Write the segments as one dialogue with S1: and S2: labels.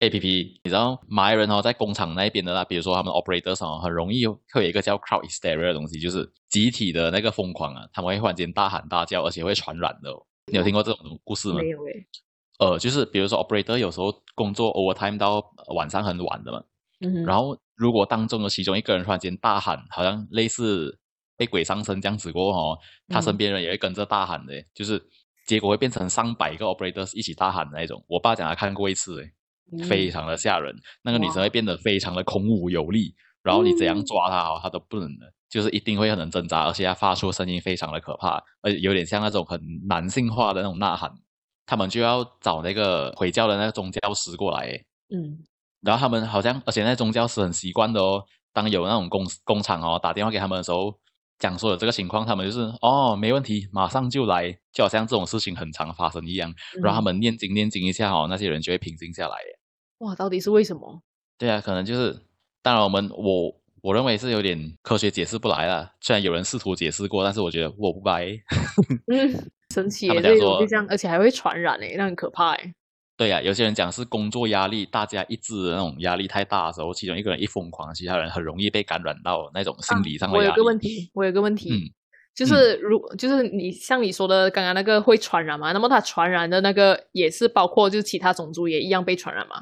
S1: A P P，你知道马来人哦，在工厂那边的啦，比如说他们 operators 哦，很容易会有一个叫 crowd hysteria 的东西，就是集体的那个疯狂啊，他们会忽然间大喊大叫，而且会传染的、哦。你有听过这种故事吗？
S2: 没有诶。
S1: 呃，就是比如说 operator 有时候工作 overtime 到呃晚上很晚的嘛，
S2: 嗯哼，
S1: 然后如果当中的其中一个人突然间大喊，好像类似被鬼上身这样子过后哦，他身
S2: 嗯
S1: 边人也会跟着大喊的，就是结果会变成上百个 operators 一起大喊的那种。我爸讲他看过一次，欸诶，非
S2: 嗯，
S1: 常的吓人。那个女生
S2: 哇，
S1: 会变得非常的孔武有力，然后你怎样
S2: 嗯
S1: 抓她哦，她都不能的，就是一定会很挣扎，而且她发出声音非常的可怕，而且有点像那种很男性化的那种呐喊。他们就要找那个回教的那个宗教师过来，诶
S2: 嗯
S1: 然后他们好像，而且那宗教师很习惯的哦，当有那种工工厂哦打电话给他们的时候，讲说有这个情况，他们就是哦没问题，马上就来，就好像这种事情很常发生一样。然后他
S2: 嗯，
S1: 们念经念经一下哦，那些人就会平静下来耶。
S2: 哇，到底是为什么？
S1: 对啊，可能就是，当然我们我我认为是有点科学解释不来了。虽然有人试图解释过，但是我觉得我不白。
S2: 嗯，神奇
S1: 他们
S2: 耶，
S1: 讲
S2: 这个东西
S1: 说，
S2: 这样，而且还会传染诶，那很可怕诶。
S1: 对啊呀、有些人讲是工作压力，大家一致的那种压力太大的时候，其中一个人一疯狂，其他人很容易被感染到那种心
S2: 啊，
S1: 理上的
S2: 我有
S1: 压
S2: 个
S1: 力。
S2: 问题，我有个问题，
S1: 嗯
S2: 就
S1: 嗯，
S2: 是如就是你像你说的刚刚那个会传染嘛，那么它传染的那个也是包括就是其他种族也一样被传染嘛？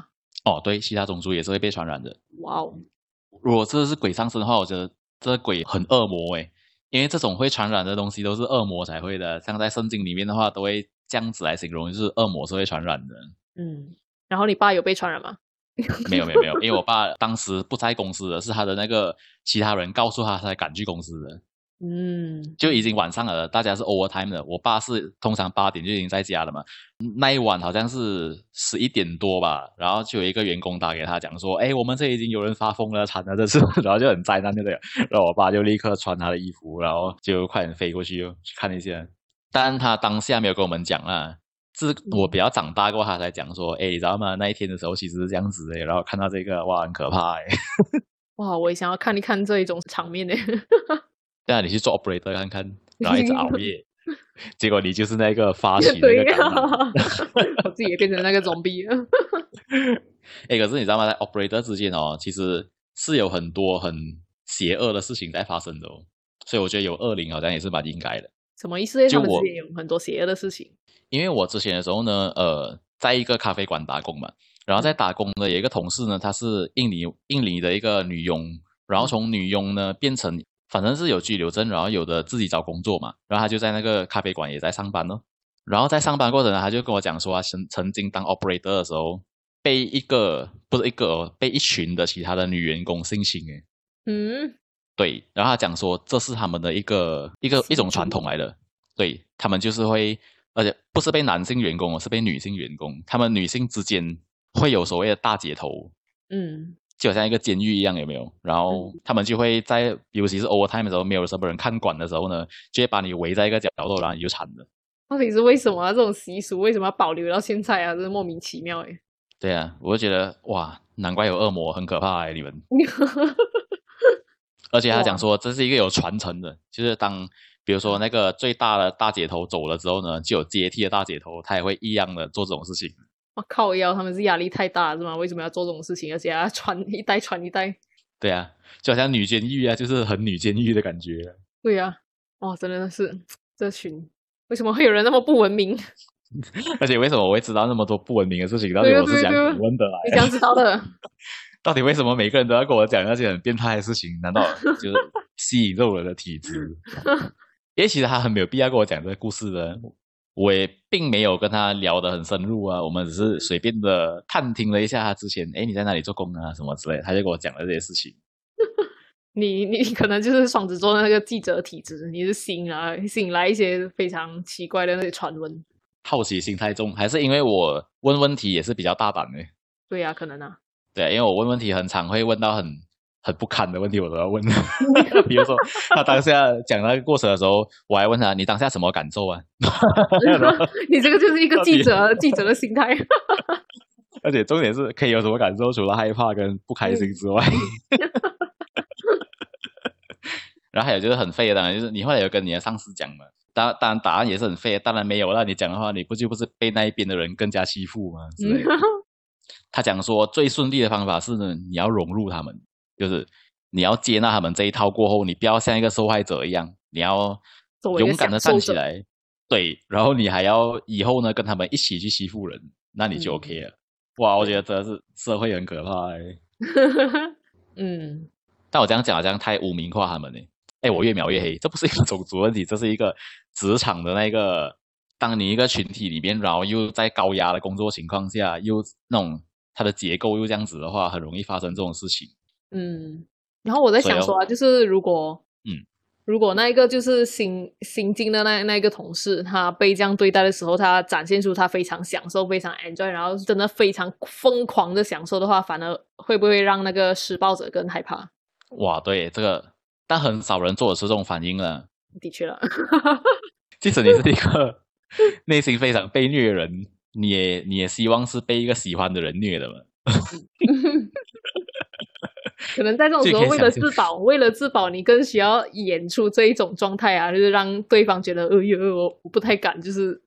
S1: 哦，对，其他种族也是会被传染的。
S2: 哇哦，
S1: 如果这是鬼上身的话，我觉得这鬼很恶魔诶，因为这种会传染的东西都是恶魔才会的。像在圣经里面的话，都会这样子来形容，就是恶魔是会传染的。
S2: 嗯，然后你爸有被传染吗？
S1: 没有没有没有，因为我爸当时不在公司的，是他的那个其他人告诉他才赶去公司的，
S2: 嗯
S1: 就已经晚上了，大家是 overtime 的。我爸是通常八点就已经在家了嘛，那一晚好像是十一点多吧，然后就有一个员工打给他讲说，哎，我们这已经有人发疯了，惨了这次，然后就很灾难就对了。然后我爸就立刻穿他的衣服，然后就快点飞过去哦，去看一下。但他当下没有跟我们讲啦，是我
S2: 嗯，
S1: 比较长大过后他才讲说，哎，你知道吗？那一天的时候其实是这样子的，然后看到这个，哇，很可怕哎。
S2: 哇，我也想要看一看这一种场面呢。
S1: 对啊，你去做 operator 看 看，然后一直熬夜，结果你就是那个发起那个
S2: 对呀、
S1: 感染的。
S2: 我自己也变成那个 zombie 了。
S1: 哎，可是你知道吗？在 operator 之间哦，其实是有很多很邪恶的事情在发生的哦，所以我觉得有恶灵好像也是蛮应该的。
S2: 什么意思？他
S1: 就
S2: 们之
S1: 我，
S2: 间有很多邪恶的事情。
S1: 因为我之前的时候呢，呃，在一个咖啡馆打工嘛，然后在
S2: 嗯
S1: 打工呢，有一个同事呢，她是印尼印尼的一个女佣，然后
S2: 嗯
S1: 从女佣呢变成反正是有居留证，然后有的自己找工作嘛，然后她就在那个咖啡馆也在上班咯。然后在上班过程呢，她就跟我讲说啊，曾曾经当 operator 的时候，被一个不是一个哦，被一群的其他的女员工性侵诶。
S2: 嗯，
S1: 对，然后他讲说这是他们的一个一个一
S2: 习
S1: 种传
S2: 俗
S1: 统来的，对他们就是会，而且不是被男性员工哦，是被女性员工，他们女性之间会有所谓的大姐头，
S2: 嗯
S1: 就好像一个监狱一样，有没有？然后
S2: 嗯
S1: 他们就会在，尤其是 overtime 的时候，没有什么人看管的时候呢，就会把你围在一个角落，然后你就惨了。
S2: 到底是为什么啊、这种习俗为什么要保留到现在啊？真是莫名其妙 哎、
S1: 对啊，我就觉得哇，难怪有恶魔，很可怕哎、你们。而且他讲
S2: 哇，嗯
S1: 说，这是一个有传承的，就是当比如说那个最大的大姐头走了之后呢，就有接替的大姐头，她也会一样的做这种事情。
S2: 我靠腰，他们是压力太大了是吗？为什么要做这种事情？而且还要传一代传一代。
S1: 对啊，就好像女监狱啊，就是很女监狱的感觉。
S2: 对呀、啊，哇，真的是这群为什么会有人那么不文明？
S1: 而且为什么我会知道那么多不文明的事情？到底
S2: 对呀、
S1: 我是
S2: 对呀、啊
S1: 怎样
S2: 对呀、
S1: 拷问得来
S2: 你怎
S1: 的？啊
S2: 样知道的？
S1: 到底为什么每个人都要跟我讲那些很变态的事情？难道就是吸引肉人的体质？因为其实他很没有必要跟我讲这个故事的，我也并没有跟他聊得很深入啊，我们只是随便的探听了一下他之前，哎，你在哪里做工啊，什么之类的，他就跟我讲了这些事情。
S2: 你你可能就是双子座那个记者体质，你是吸引来吸引来一些非常奇怪的那些传闻。
S1: 好奇心太重，还是因为我问问题也是比较大胆的，
S2: 对呀、可能啊，
S1: 对啊，因为我问问题很常会问到很 很不堪的问题，我都要问。 比如说他当下讲那个过程的时候，我还问他你当下什么感受啊？ 然后
S2: 你这个就是一个
S1: 到
S2: 记
S1: 底
S2: 者记者的心态。
S1: 而且重点是可以有什么感受？除了害怕跟不开心
S2: 嗯，
S1: 之外， 然后还有就是很废的，当然就是你后来有跟你的上司讲嘛，当当然答案也是很废，当然没有啦。你讲的话，你不就不是被那一边的人更加欺负吗之
S2: 嗯，
S1: 类的？ 他讲说最顺利的方法是呢，你要融入他们，就是你要接纳他们这一套过后，你不要像一个受害者一样，你要
S2: 作为一个
S1: 勇敢的
S2: 享受
S1: 站起
S2: 者
S1: 来，对，然后你还要以后呢跟他们一起去欺负人，那你就
S2: 嗯
S1: OK 了。哇，我觉得真的是社会很可怕、欸，
S2: 嗯，
S1: 但我这样讲好像太污名化他们呢、哎，我越描越黑，这不是一个种族问题，这是一个职场的那个，当你一个群体里面，然后又在高压的工作情况下，又那种它的结构又这样子的话，很容易发生这种事情。
S2: 嗯，然后我在
S1: 所以哦
S2: 想说啊，就是如果，
S1: 嗯，
S2: 如果那一个就是新新进的那那一个同事，他被这样对待的时候，他展现出他非常享受、非常 enjoy，然后真的非常疯狂的享受的话，反而会不会让那个施暴者更害怕？
S1: 哇，对这个，但很少人做得出这种反应了。
S2: 的确了，
S1: 即使你是一个 内心非常被虐的人，你也你也希望是被一个喜欢的人虐的嘛？
S2: 可能在这种
S1: 这
S2: 时
S1: 个
S2: 候，
S1: 可以
S2: 为了
S1: 想象
S2: 自保，为了自保，你更需要演出这一种状态啊，就是让对方觉得，哎呦，我我不太敢，就是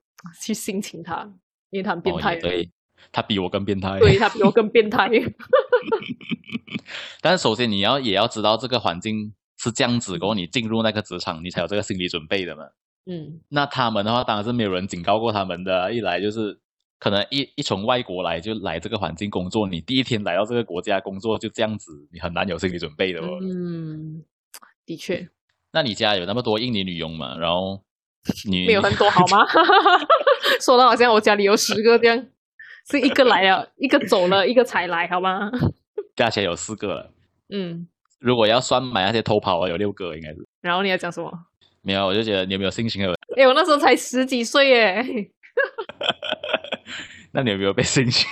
S2: 去性侵他，因为他很变
S1: 哦
S2: 态
S1: 也
S2: 啊，
S1: 对，他比我更变态。
S2: 对他比我更变态。
S1: 但是首先你要也要知道这个环境是这样子，过后你进入那个职场，你才有这个心理准备的嘛。
S2: 嗯
S1: 那他们的话，当然是没有人警告过他们的啊。一来就是可能一一从外国来就来这个环境工作，你第一天来到这个国家工作就这样子，你很难有心理准备的哦。
S2: 嗯，的确。
S1: 那你家有那么多印尼女佣嘛？然后你
S2: 没有很多好吗？ 说的好像我家里有十个这样，是一个来了， 一个走了，一个才来，好吗？
S1: 加起来有四个了。
S2: 嗯，
S1: 如果要算买那些偷跑啊，有六个应该是
S2: 然后你要讲什么？
S1: 没有。我就觉得你有没有性侵的？
S2: 哎，我那时候才十几岁耶，
S1: 那你有没有被性侵？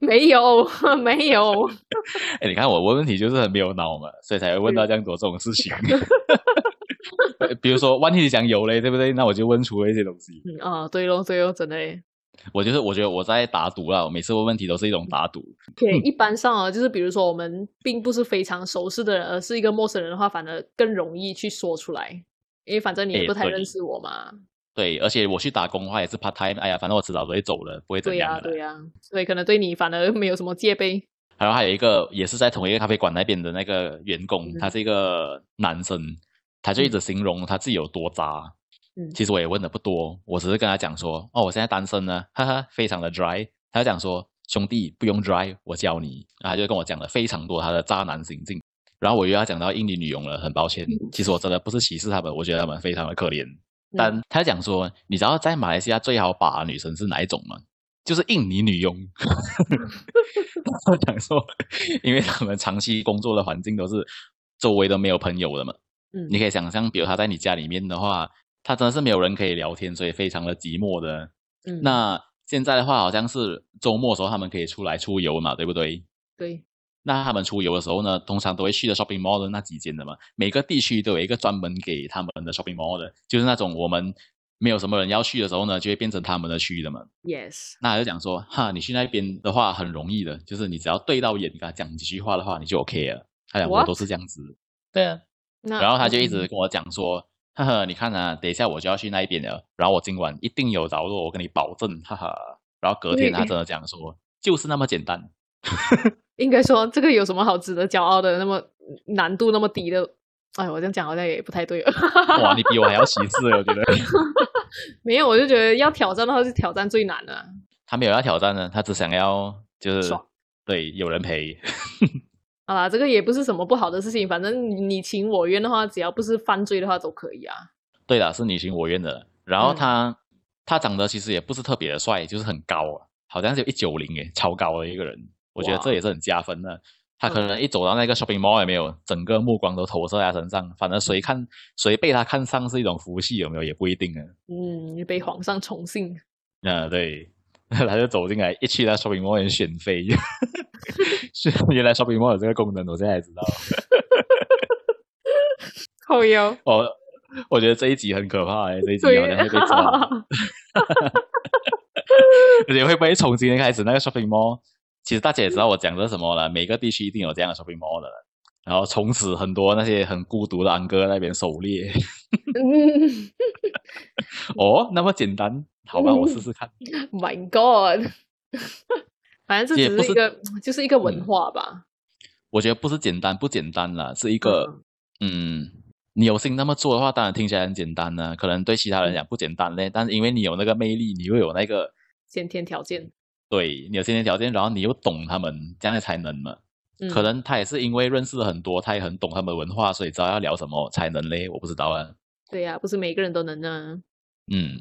S2: 没有， 没有，
S1: 哎，你看我问问题就是很没有脑嘛，所以才会问到这样多这种事 情。比如说，万一你讲有嘞，对不对？那我就问出了一些东西。
S2: 嗯啊，对咯，对咯，真的耶。
S1: 我就是我觉得我在打赌啦，我每次问问题都是一种打赌。
S2: 对，一般上啊，就是比如说我们并不是非常熟识的人，而是一个陌生人的话，反而更容易去说出来，因为反正你也
S1: 哎
S2: 不太
S1: 对
S2: 认识我嘛。
S1: 对，而且我去打工的话也是 part time，哎呀，反正我迟早都会走了，不会怎
S2: 对啊呀、
S1: 样的。
S2: 对呀、所以可能对你反而没有什么戒备。
S1: 然后还有一个也是在同一个咖啡馆那边的那个员工，
S2: 嗯
S1: 他是一个男生，他就一直形容他自己有多渣。
S2: 嗯
S1: 其实我也问的不多，我只是跟他讲说，哦，我现在单身呢，哈哈，非常的 dry。他就讲说，兄弟不用 dry，我教你。然后他就跟我讲了非常多他的渣男行径。然后我又要讲到印尼女佣了，很抱歉，其实我真的不是歧视他们，我觉得他们非常的可怜。
S2: 嗯
S1: 但他讲说，你知道在马来西亚最好把的女生是哪一种吗？就是印尼女佣。我讲说，因为他们长期工作的环境都是周围都没有朋友的嘛，
S2: 嗯
S1: 你可以想象，比如他在你家里面的话，他真的是没有人可以聊天，所以非常的寂寞的。
S2: 嗯，
S1: 那现在的话，好像是周末的时候他们可以出来出游嘛，对不对？
S2: 对，
S1: 那他们出游的时候呢，通常都会去的 shopping mall 的那几间的嘛，每个地区都有一个专门给他们的 shopping mall 的，就是那种我们没有什么人要去的时候呢，就会变成他们的区域的嘛。
S2: Yes，
S1: 那他就讲说，哈，你去那边的话很容易的，就是你只要对到眼，跟他讲几句话的话，你就 OK 了。他讲我
S2: What？
S1: 都是这样子，对啊。
S2: 那
S1: 然后他就一
S2: 嗯
S1: 直跟我讲说，呵呵，你看啊，等一下我就要去那一边了，然后我今晚一定有着落，我跟你保证，哈哈。然后隔天
S2: 对
S1: 他真的讲说，就是那么简单。
S2: 应该说这个有什么好值得骄傲的？那么难度那么低的，哎，我这样讲好像也不太对哦了。
S1: 哇，你比我还要歧视，我觉得
S2: 没有，我就觉得要挑战的话是挑战最难的啊。
S1: 他没有要挑战呢，他只想要就是
S2: 爽
S1: 对有人陪。
S2: 好啦，这个也不是什么不好的事情，反正你情我愿的话，只要不是犯罪的话都可以啊。
S1: 对啦，是你情我愿的。然后
S2: 嗯
S1: 他、他长得其实也不是特别的帅，就是很高啊，好像是有一九零诶，超高的一个人。我觉得
S2: 哇嗯
S1: 这也是很加分的。他可能一走到那个 shopping mall 也没有，整个目光都投射在他身上。反正
S2: 嗯
S1: 谁看谁被他看上是一种福气，有没有也不一定啊。
S2: 嗯，被皇上宠幸，
S1: 啊，对， 他就走进来，一去那 shopping mall 人选妃， 是原来 shopping mall 有这个功能，我现在才知道。
S2: 后腰
S1: 我哦我觉得这一集很可怕、欸，这一集
S2: 对
S1: 好像会被 抓。而且会不会从今天开始那个 shopping mall？其实大家也知道我讲的是什么了，每个地区一定有这样的 shopping mall 的了。然后从此很多那些很孤独的安哥那边狩猎。
S2: 嗯
S1: 哦，那么简单，好吧，我试试看。
S2: ，My God， 反正这
S1: 也
S2: 只
S1: 不
S2: 是
S1: 是
S2: 一个，就是一个文
S1: 嗯
S2: 化吧。
S1: 我觉得不是简单不简单啦，是一个嗯你有心那么做的话，当然听起来很简单呢、啊可能对其他人讲不简单嘞，但是因为你有那个魅力，你又有那个
S2: 先天条件，
S1: 对你有先天条件，然后你又懂他们，这样才能嘛。
S2: 嗯、
S1: 可能他也是因为认识了很多，他也很懂他们文化，所以知道要聊什么才能嘞，我不知道啊。
S2: 对呀、不是每个人都能啊呢。
S1: 嗯，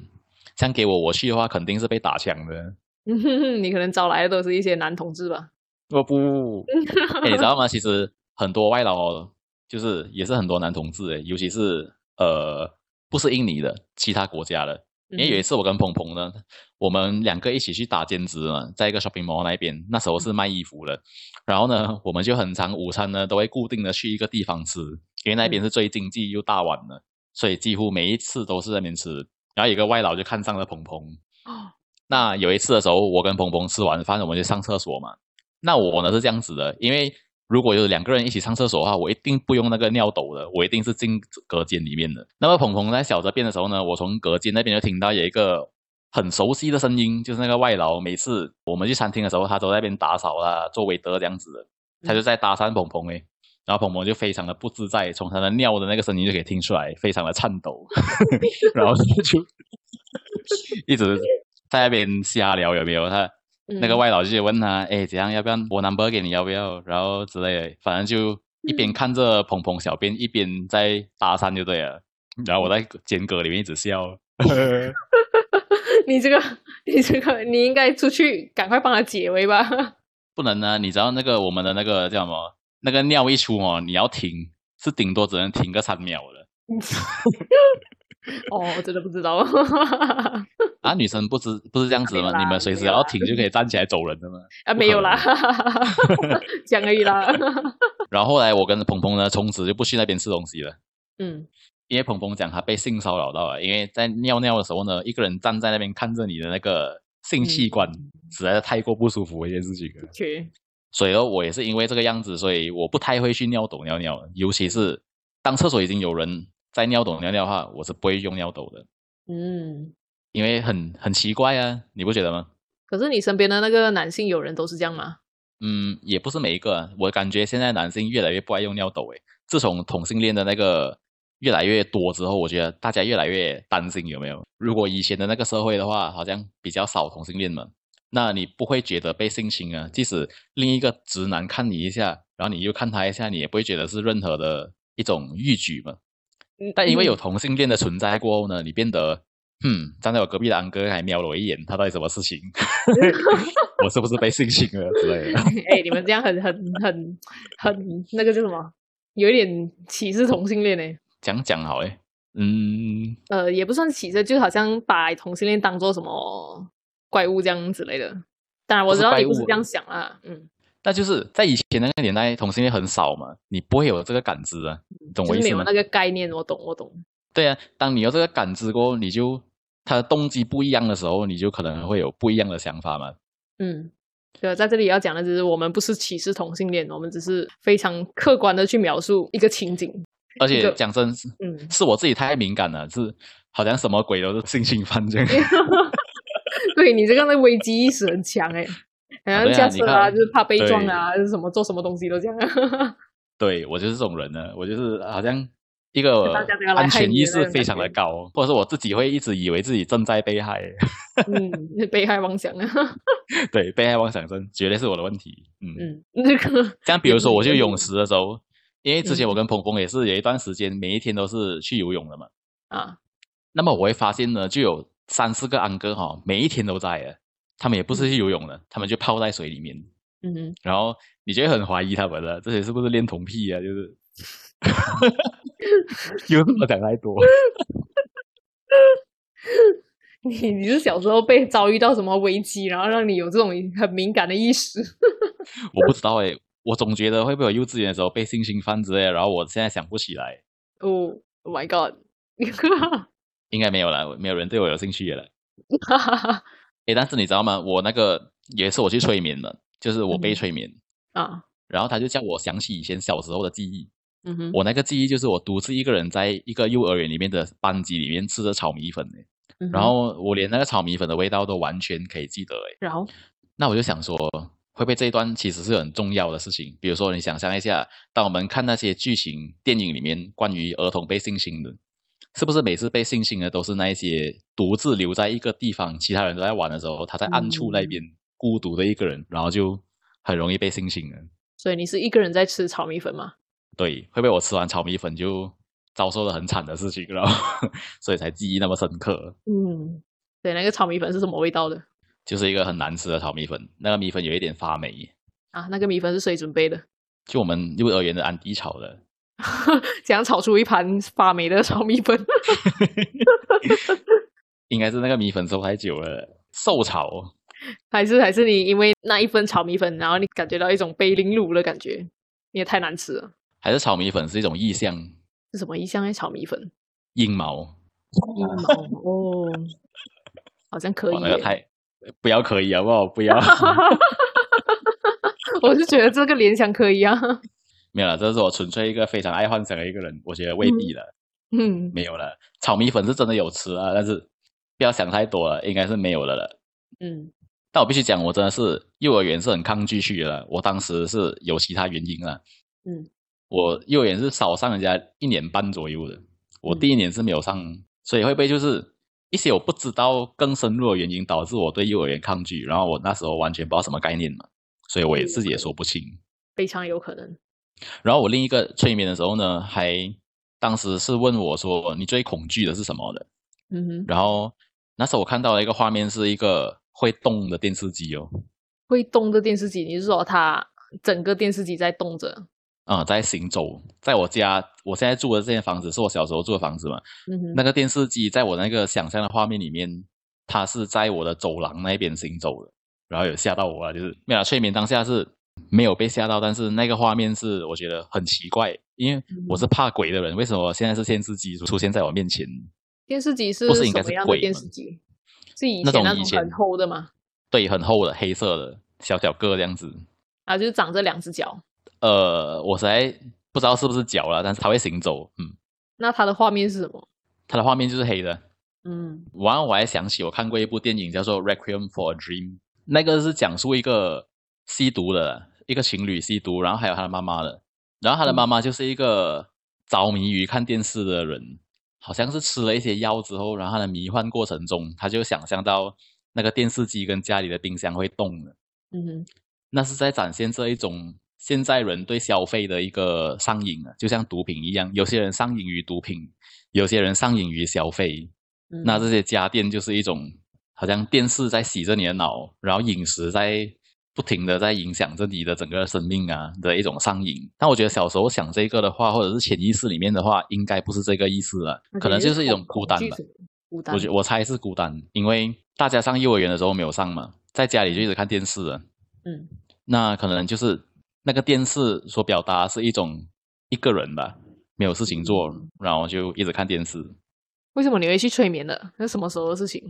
S1: 像给我我去的话，肯定是被打枪的。
S2: 你可能招来的都是一些男同志吧？
S1: 我哦不，诶你知道吗？其实很多外劳哦，就是也是很多男同志诶，尤其是呃，不是印尼的，其他国家的。
S2: 嗯
S1: 因为有一次我跟鹏鹏呢，我们两个一起去打兼职嘛，在一个 shopping mall 那边，那时候是卖衣服的。然后呢，我们就很常午餐呢都会固定的去一个地方吃，因为那边是最经济又大碗的，所以几乎每一次都是在那边吃。然后有一个外劳就看上了鹏鹏，
S2: 哦，
S1: 那有一次的时候，我跟鹏鹏吃完饭，我们就上厕所嘛。那我呢是这样子的，因为如果有两个人一起上厕所的话，我一定不用那个尿斗的，我一定是进隔间里面的。那么鹏鹏在小着便的时候呢，我从隔间那边就听到有一个很熟悉的声音，就是那个外劳。每次我们去餐厅的时候，他都在那边打扫啦，做韦德这样子的，他就在搭讪鹏鹏诶。然后鹏鹏就非常的不自在，从他的尿的那个声音就可以听出来，非常的颤抖，然后他就 一直在那边瞎聊有没有？他那个
S2: 嗯
S1: 外老师也问他，哎，怎样？要不要我 number 给你？要不要？然后之类的，反正就一边看着鹏鹏小便，一边在搭讪就对了。然后我
S2: 嗯
S1: 在间隔里面一直 笑，
S2: 你这个，你这个，你应该出去赶快帮他解围吧。
S1: 不能呢，你知道那个我们的那个叫什么？那个尿一出哦，你要停，是顶多只能停个三秒的。
S2: 哦，我真的不知道。
S1: 啊，女生不知不是这样子的
S2: 没有
S1: 吗？
S2: 啦
S1: 你们随时
S2: 没有啦
S1: 要停就可以站起来走人的吗？
S2: 啊，没有啦， 讲而已啦。
S1: 然后后来我跟鹏鹏呢，从此就不去那边吃东西了。
S2: 嗯，
S1: 因为鹏鹏讲他被性骚扰到了，因为在尿尿的时候呢，一个人站在那边看着你的那个性器官，实在是太过不舒服的一件事情了。
S2: 去，
S1: 所以哦，我也是因为这个样子，所以我不太会去尿斗尿尿了，尤其是当厕所已经有人在尿斗尿尿的话，我是不会用尿斗的，
S2: 嗯，
S1: 因为很很奇怪啊，你不觉得吗？
S2: 可是你身边的那个男性友人都是这样吗？
S1: 嗯，也不是每一个啊，我感觉现在男性越来越不爱用尿斗诶。自从同性恋的那个越来越多之后，我觉得大家越来越担心有没有？如果以前的那个社会的话，好像比较少同性恋嘛，那你不会觉得被性侵啊？即使另一个直男看你一下，然后你又看他一下，你也不会觉得是任何的一种逾矩嘛。但因为有同性恋的存在过后呢，你变得，嗯，站在我隔壁的安哥还瞄了我一眼，他到底什么事情？ 我是不是被性侵了之类的？
S2: 哎、你们这样很很很很那个叫什么？有一点歧视同性恋呢、
S1: 讲讲好诶，嗯，
S2: 呃，也不算歧视，就好像把同性恋当做什么怪物这样之类的。当然，我
S1: 不是
S2: 知道你
S1: 怪
S2: 不是
S1: 物
S2: 这样想啦，嗯，
S1: 那就是在以前那个年代，同性恋很少嘛，你不会有这个感知啊，你懂
S2: 就
S1: 我意
S2: 嗯是
S1: 思
S2: 没有
S1: 吗
S2: 那？个概念，我懂，我懂。
S1: 对啊，当你有这个感知过后，你就他的动机不一样的时候，你就可能会有不一样的想 法嘛。
S2: 嗯，对，在这里要讲的就是，我们不是歧视同性恋，我们只是非常客观的去描述一个情景。
S1: 而
S2: 这
S1: 且
S2: 个
S1: 讲真，是
S2: 嗯，
S1: 是我自己太敏感了，是好像什么鬼都是性侵犯这样。
S2: 对你这个那危机意识很强哎、
S1: 啊
S2: 好像
S1: 对啊
S2: 驾
S1: 你
S2: 车啊，
S1: 看
S2: 就是怕被撞
S1: 对
S2: 啊，就是什么做什么东西都这样、啊。
S1: 对我就是这种人啊呢，我就是好像一个
S2: 大家不要来
S1: 安
S2: 害
S1: 全
S2: 你的
S1: 意
S2: 那种
S1: 识
S2: 感
S1: 非常的
S2: 觉
S1: 高，或者是我自己会一直以为自己正在被害，
S2: 嗯，被害妄想啊。
S1: 对被害妄想症绝对是我的问题。嗯
S2: 嗯， 那个
S1: 像比如说我去
S2: 也不是
S1: 泳池的时候，因为之前我跟鹏鹏也是有一段时间每一天都是去游泳的嘛，
S2: 啊，
S1: 那么我会发现呢，就有三四个安哥哈、每一天都在的，他们也不是去游泳的，他们就泡在水里面，
S2: 嗯哼。
S1: 然后你就会很怀疑他们了，这些是不是恋童癖啊？就是， 有什么讲太多？
S2: 你你是小时候被遭遇到什么危机，然后让你有这种很敏感的意识？
S1: 我不知道诶，我总觉得会不会我幼稚园的时候被性侵犯之类的，然后我现在想不起来，
S2: 哦、oh my god！
S1: 应该没有了，没有人对我有兴趣了。诶，但是你知道吗？我那个有一次我去催眠了，就是我被
S2: 嗯
S1: 催眠，
S2: 啊，
S1: 然后他就叫我想起以前小时候的记忆。
S2: 嗯哼，
S1: 我那个记忆就是我独自一个人在一个幼儿园里面的班级里面吃着炒米粉欸诶，
S2: 嗯哼
S1: 然后我连那个炒米粉的味道都完全可以记得诶。欸
S2: 然后
S1: 那我就想说，会不会这一段其实是很重要的事情？比如说，你想象一下，当我们看那些剧情、电影里面关于儿童被性侵的，是不是每次被性侵的都是那一些独自留在一个地方，其他人都在玩的时候，他在暗处那边孤独的一个人，然后就很容易被性侵了。
S2: 所以你是一个人在吃炒米粉吗？
S1: 对，会不会我吃完炒米粉就遭受了很惨的事情，然后 所以才记忆那么深刻？
S2: 嗯，对，那个炒米粉是什么味道的
S1: 就是一个很难吃的炒米粉，那个米粉有一点发霉，
S2: 啊？那个米粉是谁准备的？
S1: 就我们幼儿园的安迪炒的。
S2: 怎样炒出一盘发霉的炒米粉？
S1: 应该是那个米粉收太久了，受潮。
S2: 还是还是你因为那一份炒米粉，然后你感觉到一种被凌辱的感觉？你也太难吃了，
S1: 还是炒米粉是一种意象，
S2: 是什么意象？哎，炒米粉，
S1: 阴谋。
S2: 阴 谋哦，好像可
S1: 哦
S2: 以
S1: 哇，那个
S2: 耶。
S1: 太不要可以好不好？不要，
S2: 我是觉得这个联想可以啊。
S1: 没有了，这是我纯粹一个非常爱幻想的一个人，我觉得未必了，
S2: 嗯，
S1: 没有了。炒米粉是真的有吃啊，但是不要想太多了，应该是没有了了。
S2: 嗯，
S1: 但我必须讲，我真的是幼儿园是很抗拒去的，我当时是有其他原因了。
S2: 嗯，
S1: 我幼儿园是少上人家一年半左右的，
S2: 嗯
S1: 我第一年是没有上，所以会不会就是一些我不知道更深入的原因导致我对幼儿园抗拒？然后我那时候完全不知道什么概念嘛，所以我也
S2: 嗯
S1: 自己也说不清。
S2: 非常有可能。
S1: 然后我另一个催眠的时候呢，还当时是问我说你最恐惧的是什么的？
S2: 嗯哼，
S1: 然后那时候我看到了一个画面，是一个会动的电视机哦。
S2: 会动的电视机，你是说它整个电视机在动着？
S1: 啊、在行走，在我家，我现在住的这间房子是我小时候住的房子嘛。
S2: 嗯哼，
S1: 那个电视机在我那个想象的画面里面，它是在我的走廊那边行走的，然后有吓到我啊，就是没有啦催眠当下是没有被吓到，但是那个画面是我觉得很奇怪，因为我是怕鬼的人，为什么现在是电视机出现在我面前？
S2: 电视机是
S1: 不是应
S2: 什
S1: 该
S2: 么
S1: 是
S2: 样的
S1: 贵
S2: 电
S1: 吗
S2: 视机？是以
S1: 那种
S2: 前那
S1: 以
S2: 种
S1: 前
S2: 很厚的吗？
S1: 对，很厚的黑色的小小个这样子，
S2: 啊，就是长着两只脚。
S1: 呃，我实在不知道是不是脚了，但是它会行走，嗯，
S2: 那它的画面是什么？
S1: 它的画面就是黑的，
S2: 嗯
S1: 然后我还想起我看过一部电影叫做《Requiem for a Dream》，那个是讲述一个吸毒的一个情侣吸毒，然后还有他的妈妈的，然后他的妈妈就是一个着迷于看电视的人，好像是吃了一些药之后，然后他的迷幻过程中，他就想象到那个电视机跟家里的冰箱会动的，
S2: 嗯哼，
S1: 那是在展现这一种现在人对消费的一个上瘾啊，就像毒品一样，有些人上瘾于毒品，有些人上瘾于消费。
S2: 嗯
S1: 那这些家电就是一种，好像电视在洗着你的脑，然后饮食在不停的在影响着你的整个生命啊的一种上瘾。但我觉得小时候想这个的话，或者是潜意识里面的话，应该不是这个意思了，
S2: 那
S1: 可能
S2: 肯
S1: 就
S2: 定
S1: 是一种
S2: 恐
S1: 孤单
S2: 惧
S1: 吧
S2: 什。么孤单。
S1: 我觉我猜是孤单，因为大家上幼儿园的时候没有上嘛，在家里就一直看电视了。
S2: 嗯，
S1: 那可能就是那个电视所表达是一种一个人吧，没有事情做，
S2: 嗯
S1: 然后就一直看电视。
S2: 为什么你会去催眠的？那什么时候的事情？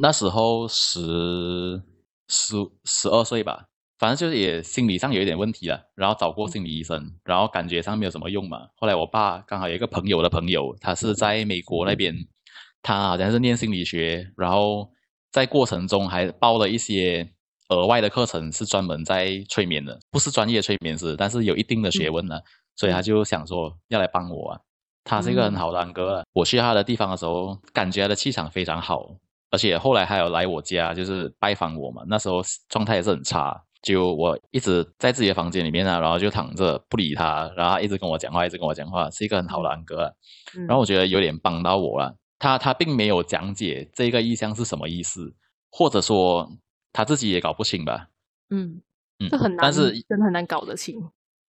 S1: 那时候十十十二岁吧，反正就是也心理上有一点问题了，然后找过心理医生，然后感觉上没有什么用嘛。后来我爸刚好有一个朋友的朋友，他是在美国那边，他好像是念心理学，然后在过程中还报了一些额外的课程，是专门在催眠的，不是专业催眠师，但是有一定的学问呢，所以他就想说要来帮我啊。他是一个很好的安哥啊，我去他的地方的时候，感觉他的气场非常好，而且后来还有来我家，就是拜访我嘛。那时候状态也是很差，就我一直在自己的房间里面啊，然后就躺着不理他，然后他一直跟我讲话，一直跟我讲话，是一个很好的安哥、啊。
S2: 嗯
S1: 然后我觉得有点帮到我了。他他并没有讲解这个意象是什么意思，或者说他自己也搞不清吧。
S2: 嗯，
S1: 嗯，
S2: 这很难，
S1: 但是
S2: 真的很难搞得清。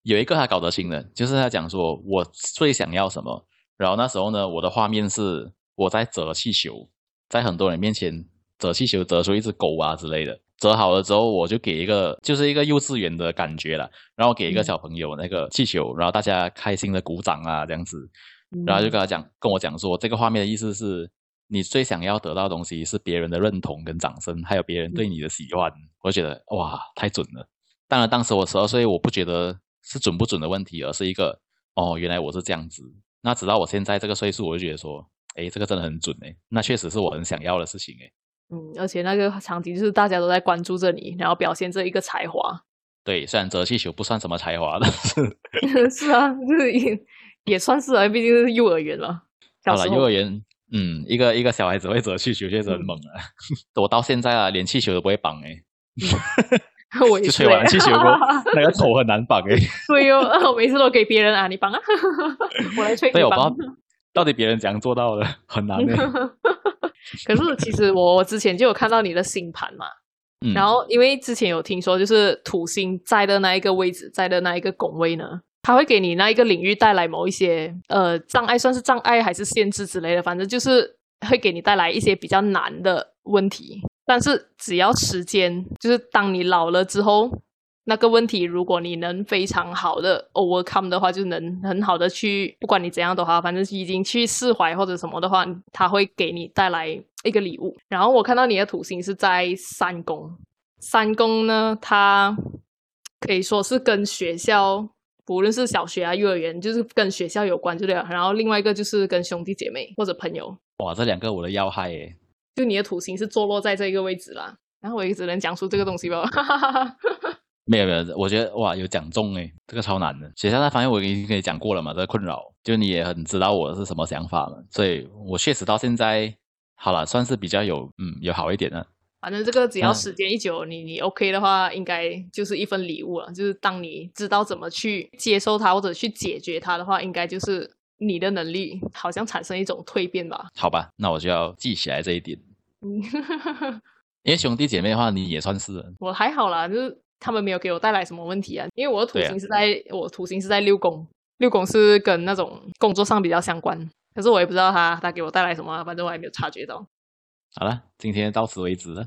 S1: 有一个他搞得清的，就是他讲说我最想要什么。然后那时候呢，我的画面是我在折气球，在很多人面前折气球，折出一只狗啊之类的。折好了之后，我就给一个就是一个幼稚园的感觉了，然后给一个
S2: 嗯
S1: 小朋友那个气球，然后大家开心的鼓掌啊这样子，
S2: 嗯
S1: 然啊后就跟他讲跟我讲说，这个画面的意思是你最想要得到的东西是别人的认同跟掌声，还有别人对
S2: 嗯
S1: 你的喜欢。我就觉得哇，太准了。当然，当时我十二岁，我不觉得是准不准的问题，而是一个哦，原来我是这样子。那直到我现在这个岁数，我就觉得说，诶，这个真的很准诶，那确实是我很想要的事情诶。
S2: 嗯，而且那个场景就是大家都在关注着你，然后表现这一个才华。
S1: 对，虽然折气球不算什么才华，但 是
S2: 是啊，就是也也算是啊，毕竟是幼儿园了。小
S1: 好
S2: 时
S1: 了，
S2: 候嗯
S1: 幼儿园，嗯，一个一个小孩子会折气球，确实很猛啊。 我到现在啊，连气球都不会绑哎、
S2: 我也
S1: 就是吹完
S2: 欸
S1: 气球过，那个头很难绑哎、
S2: 对哦， 我每次都给别人啊，你帮啊， 我来吹你
S1: 对，我不知道。
S2: 帮
S1: 到底别人怎样做到的， 很难哎、
S2: 可是其实我我之前就有看到你的星盘嘛，
S1: 嗯，
S2: 然后因为之前有听说，就是土星在的那一个位置，在的那一个宫位呢，它会给你那一个领域带来某一些呃障碍，算是障碍还是限制之类的，反正就是会给你带来一些比较难的问题。但是只要时间，就是当你老了之后，那个问题，如果你能非常好的 overcome 的话，就能很好的去，不管你怎样的话，反正已经去释怀或者什么的话，它会给你带来一个礼物。然后我看到你的土星是在三宫，三宫呢，它可以说是跟学校，不论是小学啊、幼儿园，就是跟学校有关就对了。然后另外一个就是跟兄弟姐妹或者朋友，
S1: 哇，这两个我的要害哎、
S2: 就你的土星是坐落在这一个位置啦。然后我也只能讲出这个东西吧，哈哈哈哈。
S1: 没有没有，我觉得哇有讲中哎，这个超难的。学校那方面我已经跟你讲过了嘛，这个困扰，就你也很知道我是什么想法了，所以我确实到现在好了，算是比较有嗯有好一点了。
S2: 反正这个只要
S1: 嗯
S2: 时间一久，你你 OK 的话，应该就是一份礼物了。就是当你知道怎么去接受它或者去解决它的话，应该就是你的能力好像产生一种蜕变吧。
S1: 好吧，那我就要记起来这一点。
S2: 嗯，
S1: 因为兄弟姐妹的话，你也算是
S2: 我还好啦，就是他们没有给我带来什么问题啊，因为我的土
S1: 对啊
S2: 星是在、我土星是在六宫，六宫是跟那种工作上比较相关，可是我也不知道它它给我带来什么啊，反正我还没有察觉到。
S1: 好了，今天到此为止了。